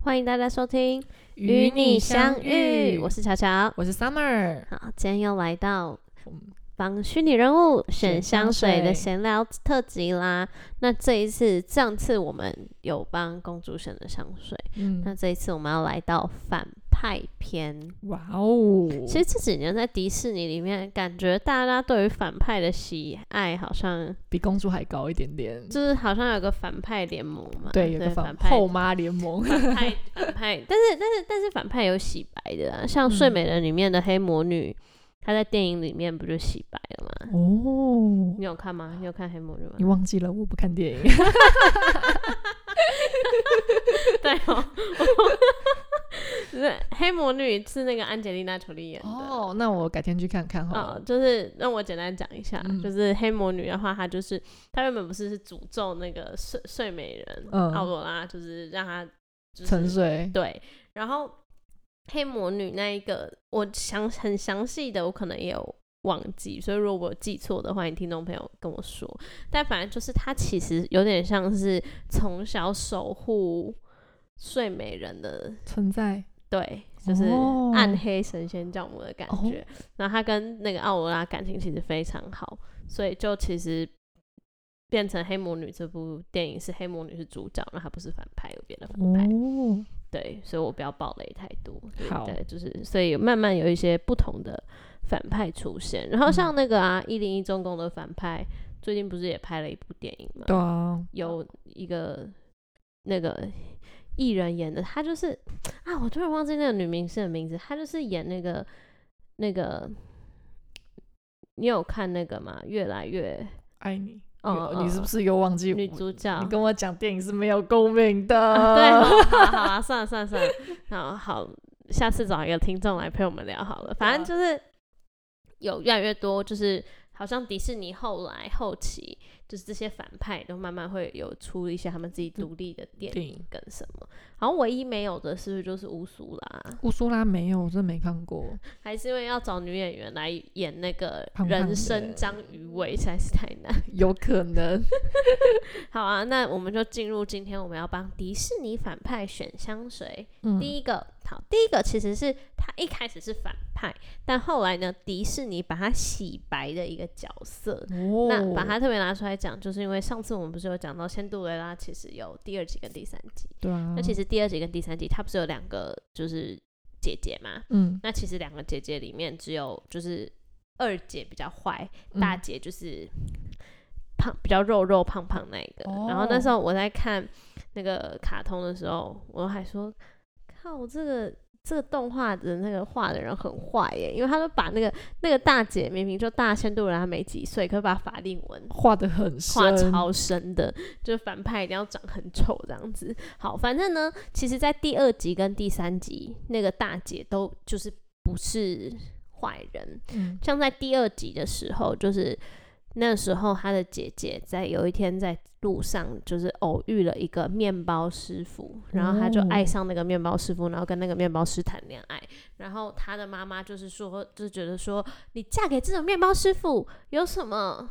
欢迎大家收听《与你相遇，我是巧巧。我是 Summer，好，今天又来到嗯帮虚拟人物选选香香水的水闲聊特辑啦。那这一次，上次我们有帮公主选的香水，嗯，那这一次我们要来到反派篇。哇哦，其实这几年在迪士尼里面，感觉大家对于反派的喜爱好像比公主还高一点点，就是好像有个反派联盟嘛，对，有个反反派后妈 联盟，反派反派，但是但是但是反派有洗白的、啊，像《嗯睡美人》里面的黑魔女，她在电影里面不就洗白了吗？哦，你有看吗？你有看黑魔女吗你？忘记了，我不看电影， 对哦， 对，黑魔女是那个安吉丽娜·裘丽演的。哦， 那我改天去看看好哦了，，就是让我简单讲一下，嗯就是黑魔女的话，她就是她原本不是是诅咒那个睡睡美人、嗯奥罗拉，就是让她就是沉睡，对，然后黑魔女那一个，我详很详细的，我可能也有忘记，所以如果我有记错的话，你听众朋友跟我说。但反正就是她其实有点像是从小守护睡美人的，存在，对，就是哦暗黑神仙教母的感哦觉。然后她跟那个奥罗拉感情其实非常好，所以就其实。变成黑魔女这部电影是黑魔女是主角，那她不是反派，有别的反派。哦，对，所以我不要暴雷太多。对好对，就是所以慢慢有一些不同的反派出现，然后嗯像那个啊，一零一中共的反派最近不是也拍了一部电影吗？对啊，有一个那个艺人演的，她就是啊，我突然忘记那个女明星的名字，她就是演那个那个，你有看那个吗？越来越爱你，哦你你是不哦是又忘记女我主角你跟我讲电影是没有共鸣的，啊 对，好好好啊，算了算了算了，好好，下次找一个听众来陪我们聊好了。反正就是有越来越多，就是好像迪士尼后来后期，就是这些反派都慢慢会有出一些他们自己独立的电电影影跟什么。好像唯一没有的是不是就是乌苏拉？ 乌苏拉没有，我真的没看 过，还是因为要找女演员来演那个胖胖人的生章鱼尾，实在是太难。有可能，好啊，那我们就进入今天我们要帮迪士尼反派选香水。嗯，第一个好，第一个其实是他一开始是反派，但后来呢，迪士尼把他洗白的一个角色。哦，那把它特别拿出来讲，就是因为上次我们不是有讲到《仙杜蕾拉》其实有第二集跟第三集，对啊，那其实第二集跟第三集它不是有两个就是姐姐嘛？嗯，那其实两个姐姐里面只有就是二姐比较坏，大嗯姐就是胖，比较肉肉胖胖那一个。然后那哦时候我在看那个卡通的时候，我还说：“靠，这个这个动画的那个画的人很坏耶！”因为他都把那个那个大姐明明就大仙杜人，她没几岁，可是把法令纹画的很深，画超深的，就是反派一定要长很丑这样子。好，反正呢，其实，在第二集跟第三集，那个大姐都就是不是坏人，嗯像在第二集的时候，就是那时候她的姐姐在有一天在路上就是偶遇了一个面包师傅，然后她就哦爱上那个面包师傅，然后跟那个面包师谈恋爱。然后她的妈妈就是说，就觉得说你嫁给这种面包师傅有什么？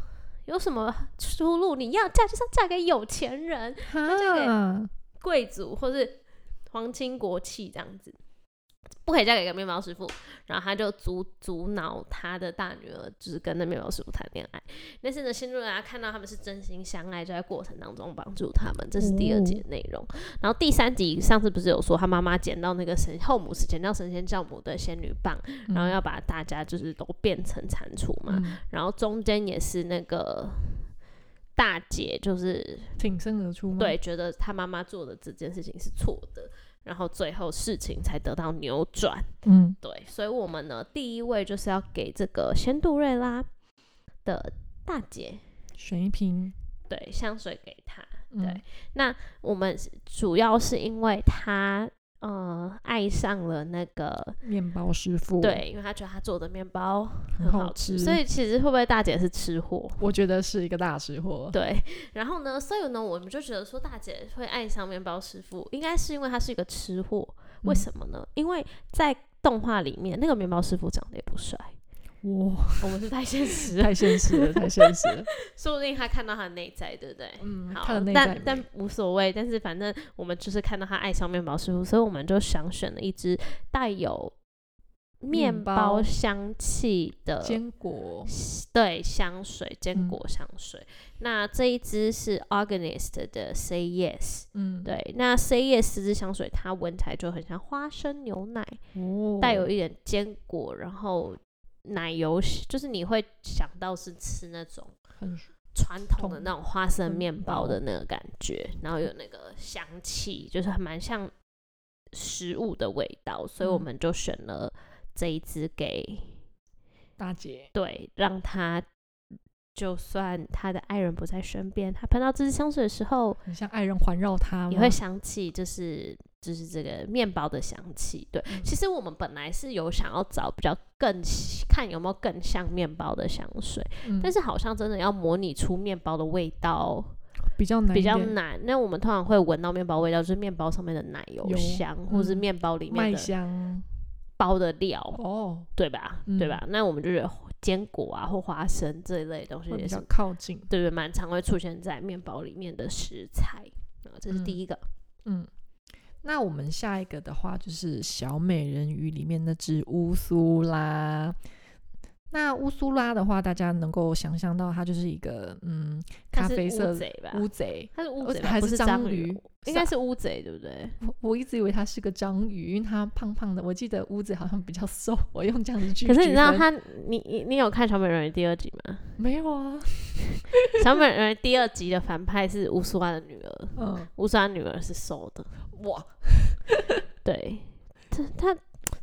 有什么出路？你要嫁就是要嫁给有钱人、哈，贵族或是皇亲国戚这样子，不可以嫁给一个面包师傅。然后他就阻阻挠他的大女儿，就是跟那面包师傅谈恋爱。但是呢，仙杜拉看到他们是真心相爱，就在过程当中帮助他们，这是第二集的内容。然后第三集上次不是有说他妈妈捡到那个神后母是捡到神仙教母的仙女棒，然后要把大家就是都变成蟾蜍嘛。嗯然后中间也是那个大姐，就是挺身而出吗？对，觉得她妈妈做的这件事情是错的，然后最后事情才得到扭转。嗯，对，所以我们呢，第一位就是要给这个仙杜瑞拉的大姐，选一瓶，对，香水给她。嗯对，那我们主要是因为她。呃，爱上了那个面包师傅，，对，因为她觉得她做的面包很好好吃，所以其实会不会大姐是吃货？我觉得是一个大吃货，对，然后呢，所以呢，我们就觉得说，大姐会爱上面包师傅，应该是因为他是一个吃货。为嗯什么呢？因为在动画里面，那个面包师傅长得也不帅，哇，我们是太现实了，太现实 了，太现实了。说不定他看到他的内在，对不对？嗯，好看了，内在但美但无所谓，但是反正我们就是看到他爱上面包师傅，所以我们就想选了一只带有面面包包香气的呃坚果对香水，坚嗯果香水。那这一支是 Organist 的 Say Yes，嗯，对，那 Say Yes 这支香水它闻起来就很像花生牛奶，哦，带有一点坚果，然后奶油，就是你会想到是吃那种。很传统的统那种花生嗯面包包的那个感觉，然后有那个香气，就是还蛮像食物的味道，所以我嗯们就选了这一支给大姐，对，让他就算他的爱人不在身边，他喷到这支香水的时候，很像爱人环绕她吗，也会想起就是就是这个面包的香气。对，嗯其实我们本来是有想要找比较更看有没有更像面包的香水，嗯，但是好像真的要模拟出面包的味道。比较难一比较点，难。那我们通常会闻到面包味道，就是面包上面的奶油油香，或是嗯面包里面麦的香包的料，哦，对吧？对嗯吧？那我们就觉得坚果啊或花生这一类的东西会也比是较，靠近，对对，蛮常会出现在面包里面的食材。啊，这是嗯第一个。嗯。那我们下一个的话就是小美人鱼里面那只乌苏拉。那乌苏拉的话，大家能够想象到它就是一个嗯它咖是啡色乌贼吧？乌贼，它是乌呃贼吧还不是是章章鱼鱼应该是乌贼，对不 对？我我一直以为它是个章鱼，因为它胖胖的。我记得乌贼好像比较瘦，我用这样子去。可是你知道区分它，你你你有看《小美人鱼》第二集吗？没有 啊？ 《小美人鱼》第二集的反派是乌苏拉的女儿，嗯，乌苏拉女儿是瘦的。哇，对，他他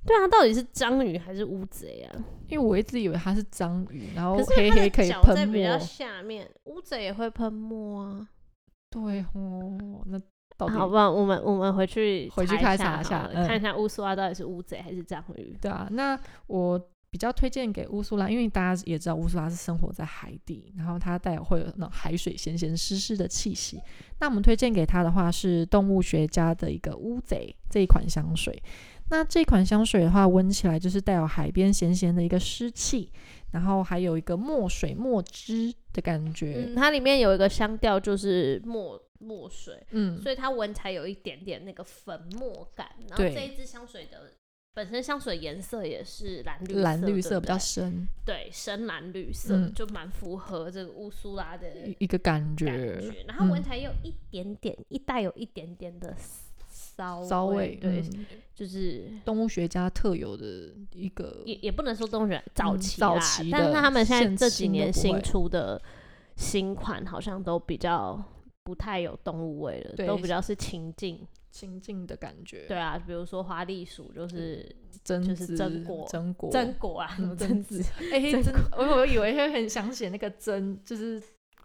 对啊，到底是章鱼还是乌贼啊？因为我一直以为它是章鱼，然后可是黑它的黑可以脚在喷比较墨。下面，乌贼也会喷墨啊。对哦，那到底好吧，我们我们回去回去查开一下查一下好了嗯看一下乌苏拉到底是乌贼还是章鱼。对啊，那我比较推荐给乌苏拉，因为大家也知道乌苏拉是生活在海底，然后它带有会有那种海水咸咸湿湿的气息。那我们推荐给他的话是动物学家的一个乌贼这一款香水。那这款香水的话，闻起来就是带有海边咸咸的一个湿气，然后还有一个墨水墨汁的感觉。嗯，它里面有一个香调就是墨墨水，嗯，所以它闻起来有一点点那个粉末感。然后对这一支香水的本身香水颜色也是蓝绿嗯蓝绿色对不色比较对深，对深蓝绿色，嗯就蛮符合这个乌苏拉的一一个感感觉，觉，然后闻嗯起来有一点点，一带有一点点的骚骚味味，对，嗯就是动物学家特有的一个也也不能说东人早期啦，早期的但是他们现在现这几新的年不新会出的新款好像都比较不太有动物味了，对都比较是情境，亲近的感觉。对啊，比如说花栗鼠就是榛就是子榛果榛 果，榛果啊，什么嗯榛榛子子， 哎，榛我 我以为会很想写那个榛，就是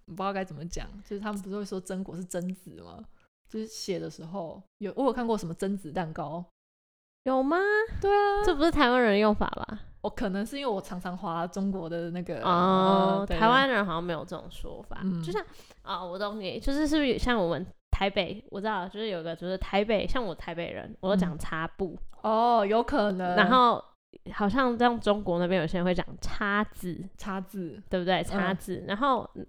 我不知道该怎么讲，就是他们不是会说榛果是榛子吗？就是写的时候有我有看过什么榛子蛋糕， 有吗？对 啊，这不是台湾人用法吧？我哦可能是因为我常常划中国的那个哦呃，对台湾人好像没有这种说法，嗯就像啊、我懂你，就是是不是像我们台北，我知道，就是有个就是台北，像我台北人，我都讲擦布，哦，有可能，然后好像像中国那边有些人会讲叉子，叉字对不对？叉子，然后嗯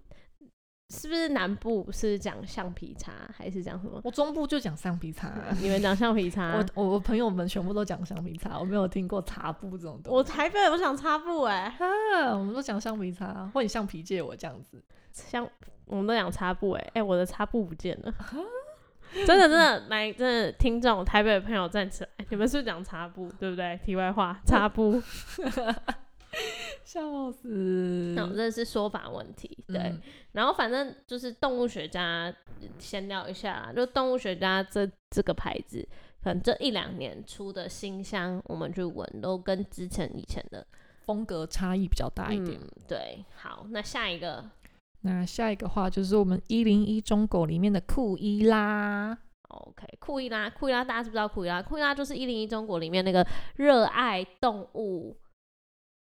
是不是南部是讲橡皮擦还是讲什 么？我中部就讲橡皮擦。你们讲橡皮擦，我我我朋友们全部都讲橡皮擦，我没有听过茶布这种东我西。台北我讲擦布哎、啊，我们都讲橡皮擦，或你橡皮借我这样子。像我们都讲擦布哎、欸、哎、我的擦布不见了，啊真的真的来真的听众台北的朋友站起来，你们是不是讲擦布对不对？题外话，擦布， 笑死！那我真的哦是说法问题。对，嗯然后反正就是动物学家呃先聊一下啦，就动物学家这这个牌子，可能这一两年出的新香，我们去闻都跟之前以前的风格差异比较大一点。嗯。对，好，那下一个那下一个话就是我们一零一中狗里面的库伊拉， OK，库伊拉，库伊拉，大家知不知道库伊拉？库伊拉就是《一零一中国》里面那个热爱动物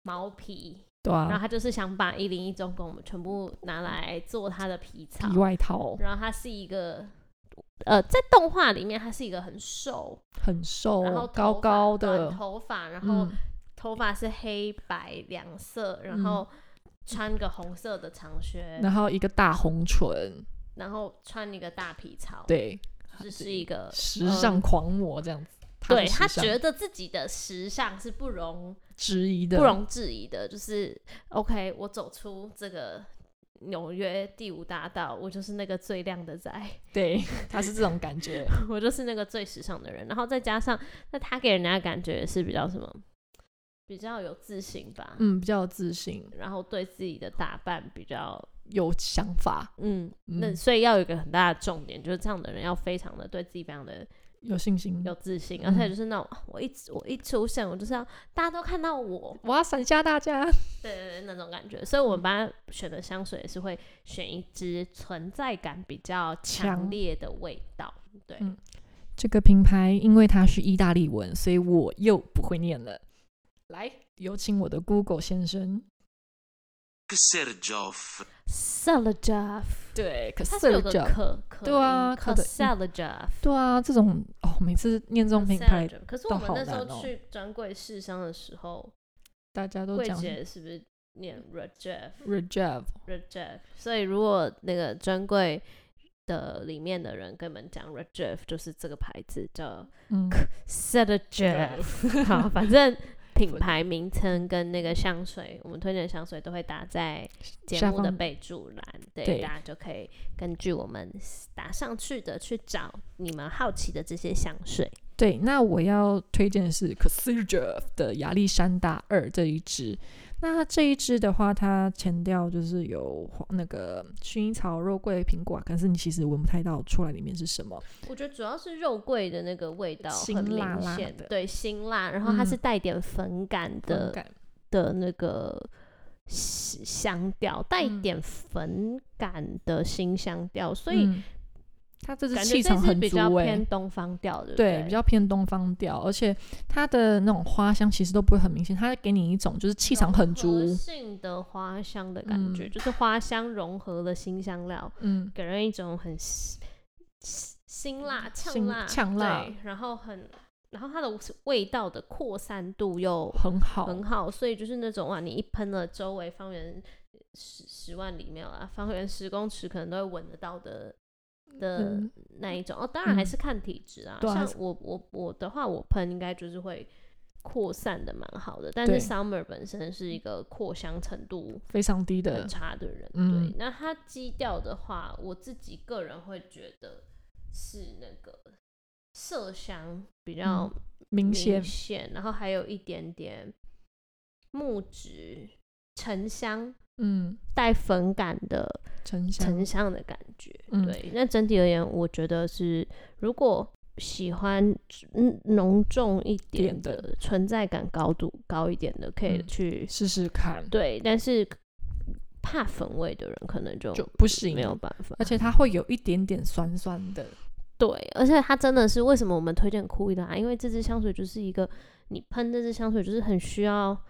毛皮，对然后啊，他就是想把《一零一中国》我们全部拿来做他的皮草皮，外套然后他是一个。呃，在动画里面，他是一个很瘦，很瘦然后，头哦高发高短的，头发，然后嗯头发是黑白两色，然嗯后穿个红色的长靴，然后一个大红唇，然后穿一个大皮草，，对，就是一个时尚嗯狂魔这样子。呃对他他是时尚觉得自己的时尚是不容质疑的，不容置疑的，就是 OK，我走出这个纽约第五大道，我就是那个最靓的仔， 对，他是这种感觉。我就是那个最时尚的人。然后再加上，那他给人家的感觉是比较什么，比较有自信吧，嗯，比较有自信，然后对自己的打扮比较，有想法，嗯，那嗯所以要有一个很大的重点，就是这样的人要非常的对自己非常的有信心。有自信，嗯而且就是那种啊我一我一出现，我就是要大家都看到我，我要闪瞎大家。对对对，那种感觉。所以我们班选的香水也是会选一支存在感比较强强烈的味道。对，嗯这个品牌因为它是意大利文，所以我又不会念了。来，有请我的 Google 先生。 Serjoff. s a l a j a f 对，可它是有个叫可可对啊可可的 s a l a j a f 对啊，这种哦，每次念这种品牌，可是我们都好那时难候哦去专柜试香的时候，大家都柜讲嗯姐是不是念 Rajev Rejev。 Rajev？所以如果那个专柜的里面的人跟你们讲 Rajev，就是这个牌子叫嗯， s a l a j a 啊 f 好，反正品牌名称跟那个香水，我们推荐的香水都会打在节下目的方备注栏，对，对大家就可以根据我们打上去的去找你们好奇的这些香水。对，那我要推荐的是 c a s i d r 的亚历山大二这一支。那这一支的话，它前调就是有黄那个薰衣草、肉桂、苹果啊，可是你其实闻不太到出来里面是什么。我觉得主要是肉桂的那个味道很辛明辣辣显，的对，辛辣，然后它是嗯带一点粉感的、风感的那个香香调，带一嗯点粉感的新香调，所以嗯它这支感觉气这场支很比足较哎、偏东方调，欸对不对，比较偏东方调，而且它的那种花香其实都不会很明显，它给你一种就是气场很融合足，性的花香的感觉，嗯就是花香融合了新香料，嗯，给人一种很辛辛辛辣、呛辛辣、呛辣对，然后很，然后它的味道的扩散度又很好，很好，所以就是那种哇，你一喷了，周围方圆十十万里没有啊，方圆十公尺可能都会闻得到的。的嗯那一种、哦，当然还嗯是看体质啊。对啊还像是我我我的话，我喷应该就是会扩散的蛮好的，但是对 Summer 本身是一个扩香程度非常低很的，差的人，嗯对。那它基调的话，我自己个人会觉得是那个麝香比嗯较明显，显，然后还有一点点木质沉香嗯，带粉感的沉香沉，香的感觉。嗯对，那整体而言，我觉得是如果喜欢嗯浓重一点点的的存在感高度高一点的，可以嗯去、试试看，对，但是怕粉味的人可能就就不行，没有办法。而且它会有一点点酸酸的，对，而且它真的是为什么我们推荐库伊拉？因为这支香水就是一个你喷这支香水就是很需要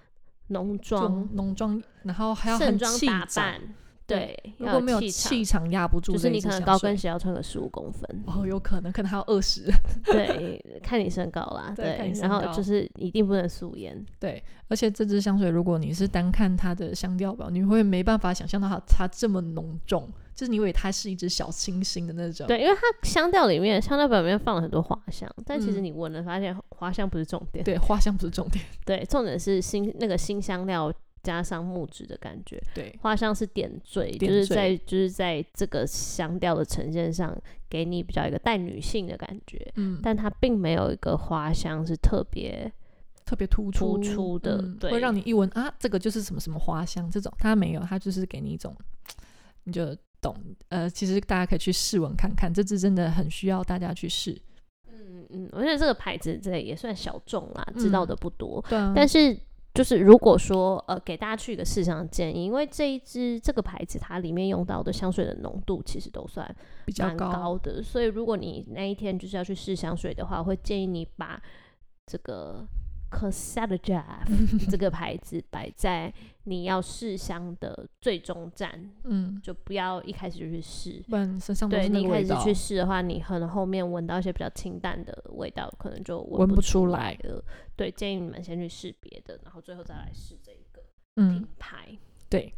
浓这妆种、浓妆，然后还要盛很装气打场，扮，对，如要果没有场气场压不住就这一支香水，是你可能高跟鞋要穿个十五公 分，哦，有可能，可能还有二十，对，看你身高啦，对看对你，身然后高就是一定不能素颜，对，而且这支香水，如果你是单看它的香调表，你会没办法想象到它它这么浓重，就是你以为它是一只小清新的那种。，对，因为它香调里面香调表面放了很多花香，但其实嗯你闻了发现花香不是重点，对，花香不是重点。对，重点是新那个新香料加上木质的感觉，对，花香是点缀，点就是缀在就是在这个香调的呈现上，给你比较一个带女性的感觉，嗯，但它并没有一个花香是特别特别突突出出的嗯对会让你一闻啊，这个就是什么什么花香这种，它没有，它就是给你一种，你就懂。呃，其实大家可以去试闻看看，这支真的很需要大家去试。嗯嗯，我觉得这个牌子这也算小众啦，知道嗯的不多，对啊，但是就是如果说呃，给大家去一个适当的建议，因为这一支这个牌子它里面用到的香水的浓度其实都算比较蛮的，所以如果你那一天就是要去试香水的话，我会建议你把这个 c o s a d j a 这个牌子摆在你要试香的最终站，嗯，就不要一开始就去试。不然身上都对哦是那你个一开味始道。去试的话，你可能后面闻到一些比较清淡的味道，可能就闻不不出来了。对，建议你们先去试别的，然后最后再来试这一个嗯品，牌。对。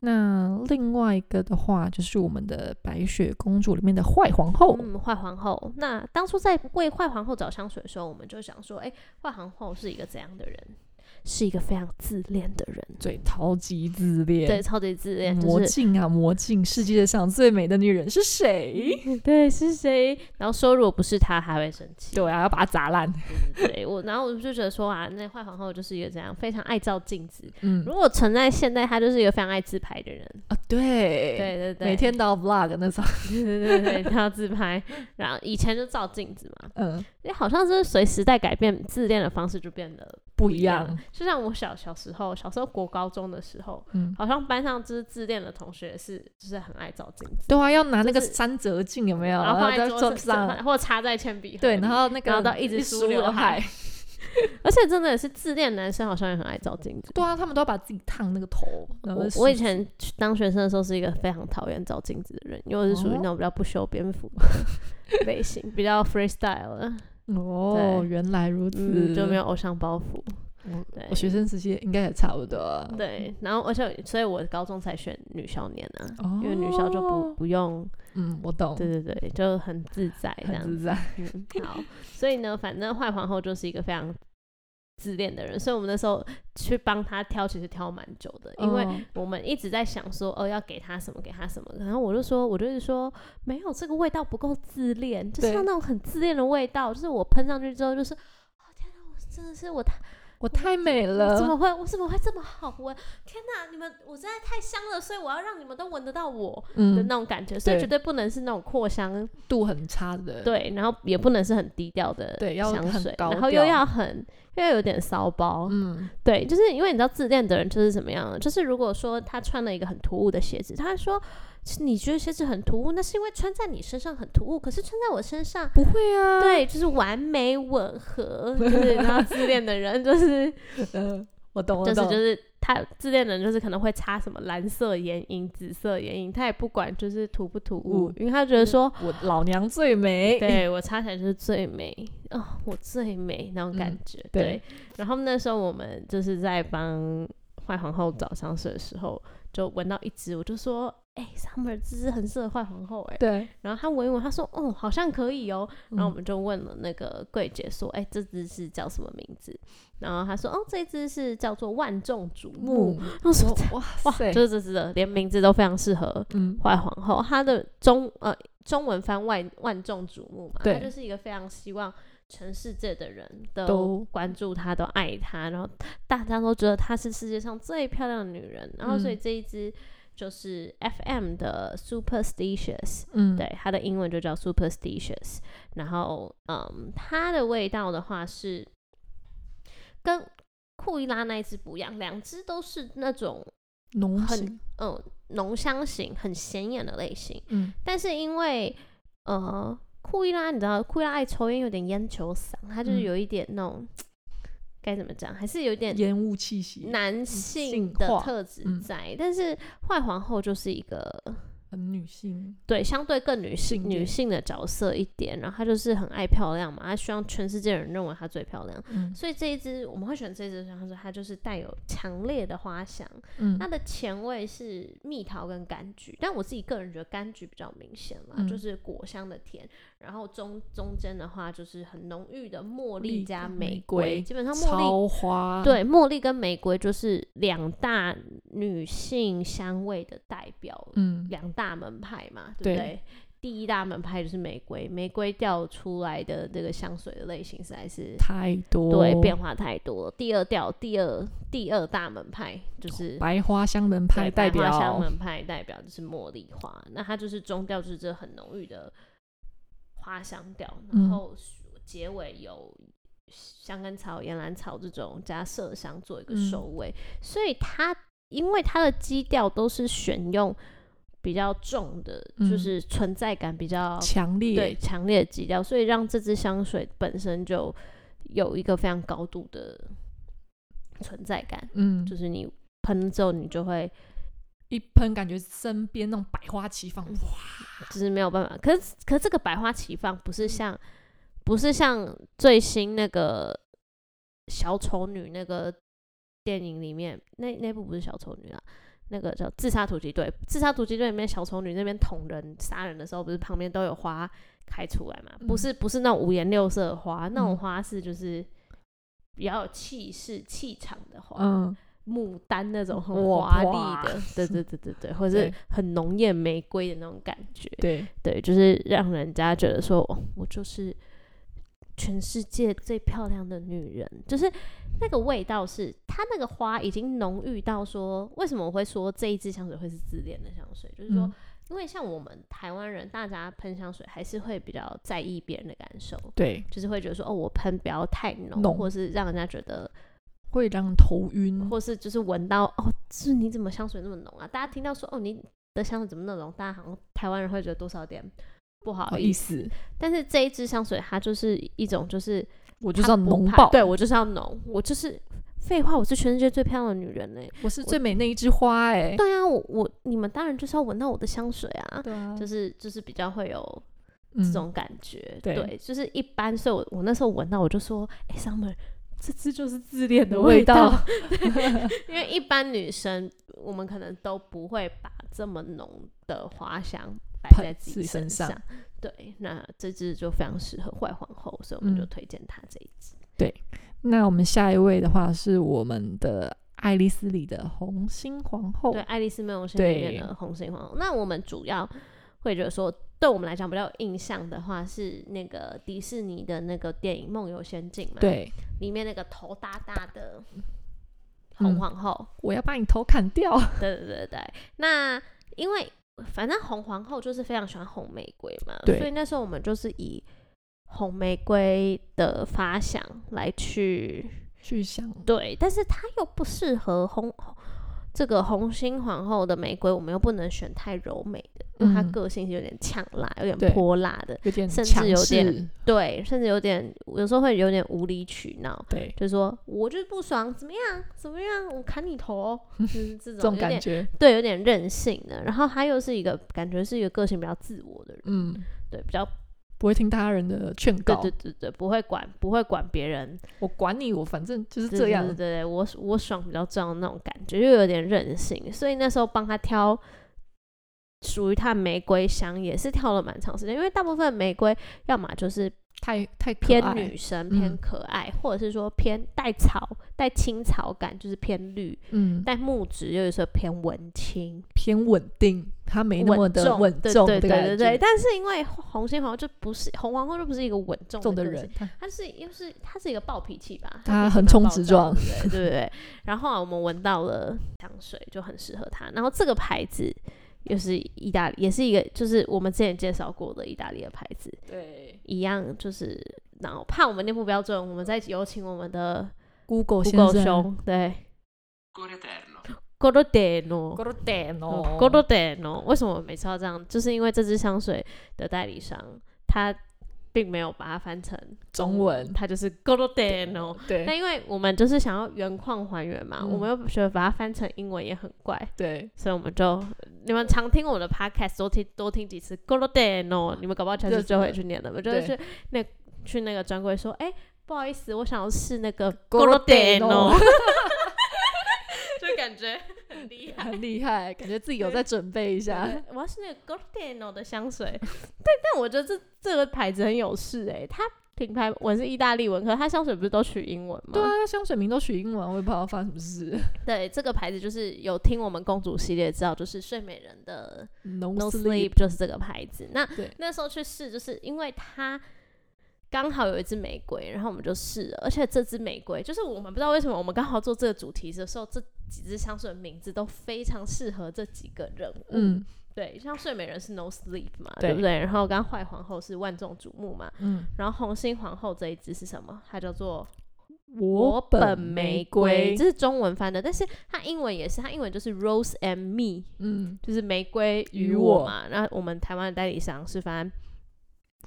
那另外一个的话，就是我们的白雪公主里面的坏皇后，嗯，坏皇后。那当初在为坏皇后找香水的时候，我们就想说，哎、坏皇后是一个怎样的人？是一个非常自恋的人，最超级自恋，对，超级自恋，就魔是镜啊，魔镜，世界上最美的女人是谁？对是谁？然后说如果不是她，还会生气。 对啊，要把它砸烂。对对我，然后我就觉得说啊，那坏皇后就是一个这样非常爱照镜子。嗯如果存在现代，她就是一个非常爱自拍的人。啊，对，对对对，每天到 vlog 那种，对 对对对，她要自拍。然后以前就照镜子嘛，嗯，因为好像是随时代改变，自恋的方式就变得不不一一样样。就像我小小时候，小时候国高中的时候，嗯，好像班上就是自恋的同学是，就是很爱照镜子，对啊，要拿那个就是三折镜有没有？然后放在在桌桌子上，或插在铅笔盒对，里然后那个然后到一直梳刘海，而且真的是自恋男生好像也很爱照镜子。对啊，他们都要把自己烫那个头。然后我梳我以前当学生的时候是一个非常讨厌照镜子的人，因为我是属于哦那种比较不修边幅的 类型，比较 freestyle 的，哦，对原来如嗯，此，就没有偶像包袱。我对我学生时期应该也差不多。对，然后而且所以我高中才选女校念啊，哦，因为女校就不不用，嗯，我懂，对对对，就很自在这很样自在。嗯， 好，所以呢，反正坏皇后就是一个非常自恋的人，所以我们那时候去帮她挑，其实挑蛮久的，因为哦我们一直在想说，哦，要给她什么，给她什么。然后我就说，我就是说，没有这个味道不够自恋，就是对要那种很自恋的味道，就是我喷上去之后，就是，哦天哪，我真的是我太我太美我怎了，么会，我怎么会这么好闻？天哪，你们我实在太香了，所以我要让你们都闻得到我的嗯，那种感觉，所以对绝对不能是那种扩香度很差的，对，然后也不能是很低调的对要香很水，高然后又调要很又要有点骚包，嗯，对，就是因为你知道自恋的人就是怎么样呢，就是如果说他穿了一个很突兀的鞋子，他说是你觉得鞋子很突兀，那是因为穿在你身上很突兀，可是穿在我身上。不会啊，对， 就是完美吻合，就是然后自恋的人就是嗯，我懂， 我就是懂，就是他自恋的人就是可能会擦什么蓝色眼影、紫色眼影，他也不管就是突不突兀，嗯因为他觉得说我老娘最美， 对我擦起来就是最美哦，我最美那种感嗯觉。对然后那时候我们就是在帮坏皇后找香水的时候，就闻到一支，我就说：“哎、s u m m e r 这支很适合坏皇后哎、对，然后她闻一闻，她说：“哦，好像可以哦。”然后我嗯们就问了那个柜姐说：“哎、这支是叫什么名字？”然后她说：“哦，这支是叫做万众瞩目。木，”我说我：“哇哇，塞，就是这支的，连名字都非常适合嗯，坏皇后，她的中呃中文翻万万众瞩目嘛，对她就是一个非常希望全世界的人都都关注她，都爱她，然后大家都觉得她是世界上最漂亮的女人，然后所以嗯这一支就是 FM 的 Superstitious，、嗯，对，它的英文就叫 Superstitious，然后嗯，它的味道的话是跟库伊拉那一支不一样，两支都是那种浓很情，嗯浓香型很显眼的类型，嗯，但是因为呃库伊拉你知道库伊拉爱抽烟有点烟球嗓，他就是嗯有一点那种该怎么讲，还是有一点烟雾气息，男性嗯性的化特质嗯在，但是坏皇后就是一个很女性，对，相对更女性性女恋性的角色一点，然后她就是很爱漂亮嘛，她希望全世界人认为她最漂亮，嗯所以这一支我们会选这一支香水，它就是带有强烈的花香，嗯它的前味是蜜桃跟柑橘，但我自己个人觉得柑橘比较明显啦，嗯就是果香的甜，然后中中间的话就是很浓郁的茉茉莉莉加跟玫玫瑰，瑰基本上茉莉超啊花，，对，茉莉跟玫瑰就是两大女性香味的代表嗯，两大门派嘛，对不对？对第一大门派就是玫瑰，玫瑰调出来的这个香水的类型实在是太多，对变化太多了。第二调，第二第二大门派就是哦白花香门对派代百花香表，门派代表就是茉莉花，那它就是中调就是这很浓郁的花香调，然嗯后结尾有香根草、岩兰草这种加麝香做一个嗯收尾，所以它因为它的基调都是选用比较重的，就嗯是存在感比较强烈，对强烈的基调，所以让这支香水本身就有一个非常高度的存在感，嗯，就是你喷之后，你就会一喷感觉身边那种百花齐放，嗯哇，就是没有办法。可是，可是这个百花齐放不嗯是像，不是像最新那个小丑女那个电影里面，那那部不是小丑女啊，那个叫《自杀突击队》。《自杀突击队》里面小丑女那边捅人、杀人的时候，不是旁边都有花开出来嘛？不是，不是那种五颜六色的花，那种嗯花是就是比较有气势、气场的花。嗯，牡丹那种很哇华哇丽的，对对对对对， 或者是对很浓艳玫瑰的那种感觉，对，对，就是让人家觉得说，哦我就是全世界最漂亮的女人，就是那个味道是它那个花已经浓郁到说，为什么我会说这一支香水会是自恋的香水？就是说，嗯因为像我们台湾人，大家喷香水还是会比较在意别人的感受，对，就是会觉得说，哦，我喷不要太浓，浓嗯或是让人家觉得会让人头晕，或是就是闻到哦，是你怎么香水那么浓啊？大家听到说哦，你的香水怎么那么浓？大家好像台湾人会觉得多少有点不好好意哦意思。思，但是这一支香水它就是一种就是我我就是要浓爆，对我就是要浓，我就是废话，我是全世界最漂亮的女人呢、欸我是最美那一枝花，哎，对啊，我我你们当然就是要闻到我的香水啊。对啊，就是就是比较会有这这种感觉，嗯对对，就是一般，所以我我那时候闻到我就说，哎、s u m m e r 这支就是自恋的味道， 因为一般女生我们可能都不会把这么浓的花香摆喷在自自己己身上。上对，那这支就非常适合坏皇后，所以我们嗯就推荐它这一支。那我们下一位的话是我们的爱丽丝里的红心皇后，对，《爱丽丝美容仙》里面哦对的红心皇后。那我们主要会觉得说，对我们来讲比较有印象的话，是那个迪士尼的那个电影《梦游仙境》嘛，，对，里面那个头大大的红嗯皇后。我要把你头砍掉， 对对对对，那因为反正红皇后就是非常喜欢红玫瑰嘛，对所以那时候我们就是以红玫瑰的发想来去去想，对，但是它又不适合红这个红心皇后的玫瑰，我们又不能选太柔美的，因为它嗯个性是有点呛辣，有点对泼辣的，有点甚至强有势点对，甚至有点有时候会有点无理取闹。对就说我就是不爽，怎么样？怎么样？我砍你头 哦，就是这种这种有点感觉，对，有点任性的。然后他又是一个感觉是一个个性比较自我的人，嗯，对，比较不会听他人的劝对告，对对对，不会管不会管别人，我管你，我反正就是对这对样对，对对，我我爽比较重要的那种感觉，又有点任性。所以那时候帮他挑属于他的玫瑰香，也是挑了蛮长时间，因为大部分玫瑰要么就是太太可偏爱女，生嗯偏可爱，或者是说偏带草带青草感，就是偏绿，嗯，带木质又有时候偏文青。偏稳定，他没那稳么的重稳对重对的对对对。感觉，但是因为红心皇后就不是红皇后就不是一个稳重重的个人性，，他她是又是她是一个暴脾气吧，她脾气横蛮冲暴直躁撞的，对对对对。然后啊，我们闻到了香水就很适合她，然后这个牌子。又是意大利，也是一个，就是我们之前介绍过的意大利的牌子，对一样就是，然后怕我们念不标准，我们再有请我们的 Google 先 Google 生兄，对 Cuore eterno. g o r o d e n o g o r d e n 哦 g o r d e n o 为什么我每次要这样？就是因为这支香水的代理商他并没有把它翻成中文它就是 g o r d e n o 那对因为我们就是想要原矿还原嘛，嗯我们又觉得把它翻成英文也很怪，对，所以我们就你们常听我的 podcast 多听多听几次 g o r d e n 啊 o 你们搞不好全是就会去念的，我就会去那去那个专柜说，哎、不好意思，我想要试那个 g o r d e n 哦 o 就感觉很厉害。很厉害，感觉自己有在准备一下对。对我要是那个 Gordano 的香水， 对，但我觉得这这个牌子很有势哎、它品牌文是意大利文，可是它香水不是都取英文吗？对啊，香水名都取英文，我也不知道发生什么事。对这个牌子就是有听我们公主系列知道，就是睡美人的 No No sleep， Sleep 就是这个牌子。那对那时候去试，就是因为它。刚好有一支玫瑰，然后我们就试了，而且这支玫瑰就是我们不知道为什么，我们刚好做这个主题的时候，这几支香水的名字都非常适合这几个人物。嗯对，像睡美人是 No Sleep 嘛，对对不对？然后刚刚坏皇后是万众瞩目嘛，嗯，然后红心皇后这一支是什么？它叫做我本玫瑰，这是中文翻的，但是它英文也是，它英文就是 Rose and Me，嗯，就是玫瑰与与我我嘛。那我们台湾的代理商是翻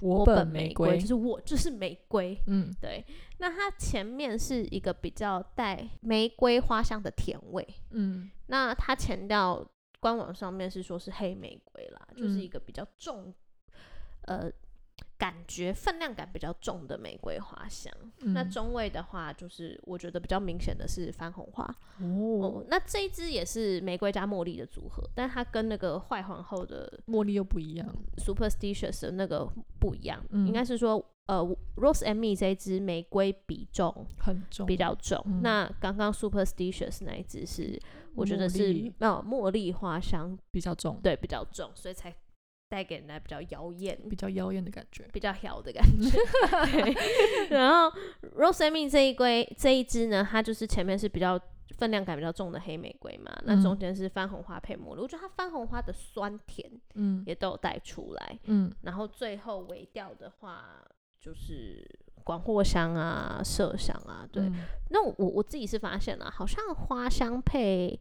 我本玫瑰瑰就，是我就是玫瑰。嗯，对，那它前面是一个比较带玫瑰花香的甜味，嗯那它前调官网上面是说是黑玫瑰啦，就是嗯一个比较重，呃，感觉分量感比较重的玫瑰花香。嗯，那中味的话，就是我觉得比较明显的是番红花。哦，哦，那这一支也是玫瑰加茉莉的组合，但它跟那个坏皇后的茉莉又不一样， superstitious 的那个不一样，嗯应该是说，呃，Rose and Me 这一支玫瑰比重很重，比较重。嗯那刚刚 superstitious 那一支是，我觉得茉是莉没有茉莉花香，比较重，对，比较重，所以才带给人家比较妖艳、比嗯较妖艳的感觉。比较小的感 觉。 对然后 Rose and Me 这一龟这一支呢，它就是前面是比较分量感比较重的黑玫瑰嘛，那嗯中间是番红花配茉莉，我觉得它番红花的酸甜嗯也都有带出来。嗯然后最后尾调的话，就是广藿香啊、麝香啊，对，嗯那我我自己是发现了，好像花香配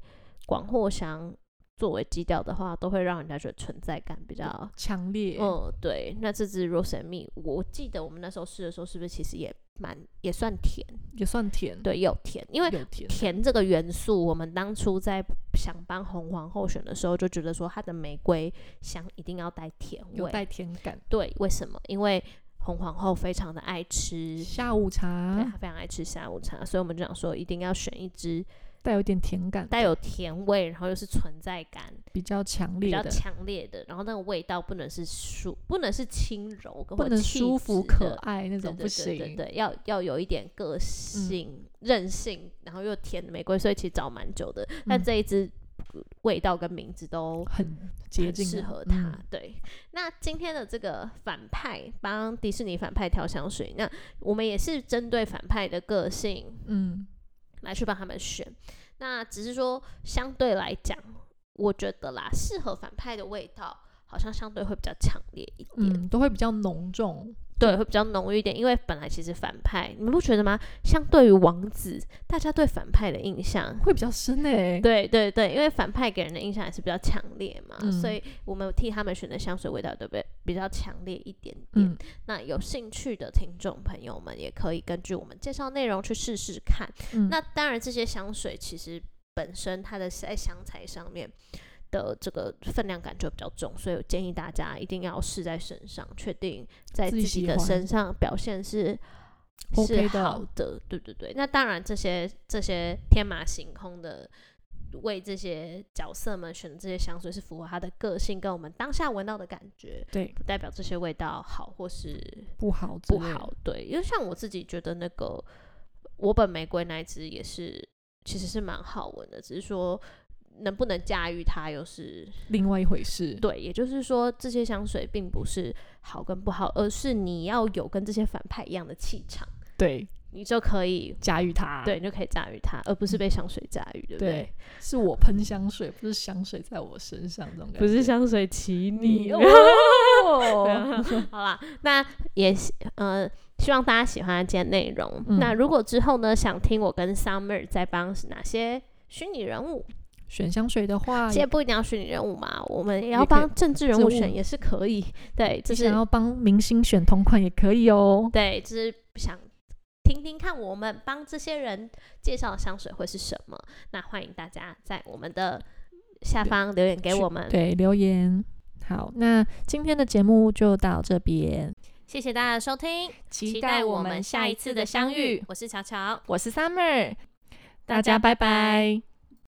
广藿香作为基调的话，都会让人家觉得存在感比较。强烈，嗯，对。那这支 Rose and Me，我记得我们那时候试的时候，是不是其实也蛮也算甜？也算甜，，对，也有甜，因为有甜，甜这个元素，我们当初在想帮红皇候选的时候，就觉得说它的玫瑰香一定要带甜有味。带甜感。对，为什么？因为红皇后非常的爱吃，下午啊对，啊茶她非常爱吃下午茶，所以我们就想说一定要选一支带有点甜感，带有甜味，然后又是存在感比较强比烈较的，强烈的，然后那个味道不能是舒，不能是轻柔跟不或能气舒服质可的爱那对种对不对对行。嗯对，要要有一点个性、韧性，然后又甜的玫瑰，所以其实找蛮久的，但嗯这一支呃味道跟名字都很接很近适的合嗯它。对，那今天的这个反派帮迪士尼反派调香水，那我们也是针对反派的个性，嗯，来去帮他们选。那只是说，相对来讲，我觉得啦，适合反派的味道好像相对会比较强烈一点，嗯，都会比较浓重，对，会比较浓郁一点。因为本来其实反派，你们不觉得吗？相对于王子，大家对反派的印象。会比较深欸诶、对对对，因为反派给人的印象还是比较强烈嘛，嗯所以我们替他们选的香水味道对不对？比较强烈一点点。嗯，那有兴趣的听众朋友们，也可以根据我们介绍内容去试试看。嗯那当然，这些香水其实本身它的在香材上面的这个分量感就比较重，所以我建议大家一定要试在身上，确定在自自己己喜的欢身上表现是。是 OK 的好的，对对对。那当然，这些这些天马行空的为这些角色们选的这些香水是符合他的个性跟我们当下闻到的感觉，对，不代表这些味道好或是不好之不类的好，。对，因为像我自己觉得那个我本玫瑰那一支也是，其实是蛮好闻的，只是说能不能驾驭它又是另外一回事。对，也就是说这些香水并不是好跟不好，而是你要有跟这些反派一样的气场，对，你就可以。驾驭它。对，你就可以驾驭它，而不是被香水驾驭，对不对啊对？，是我喷香水，不是香水在我身上这种感觉。嗯香水骑 你对哦， 好啦，那也希呃，希望大家喜欢今天内容。嗯那如果之后呢，想听我跟 Summer 在帮哪些虚拟人物，选香水的话，其实不一定要虚拟人物嘛，我们也啊也要可以帮政治人物政务选也是可以。对，就你是想要帮明星选同款也可以哦。对，就是想听听看我们帮这些人介绍的香水会是什么。那欢迎大家在我们的下方留言给去我们。对，留言。好，那今天的节目就到这边，谢谢大家的收听，期我是巧巧。我是 Summer，大家拜拜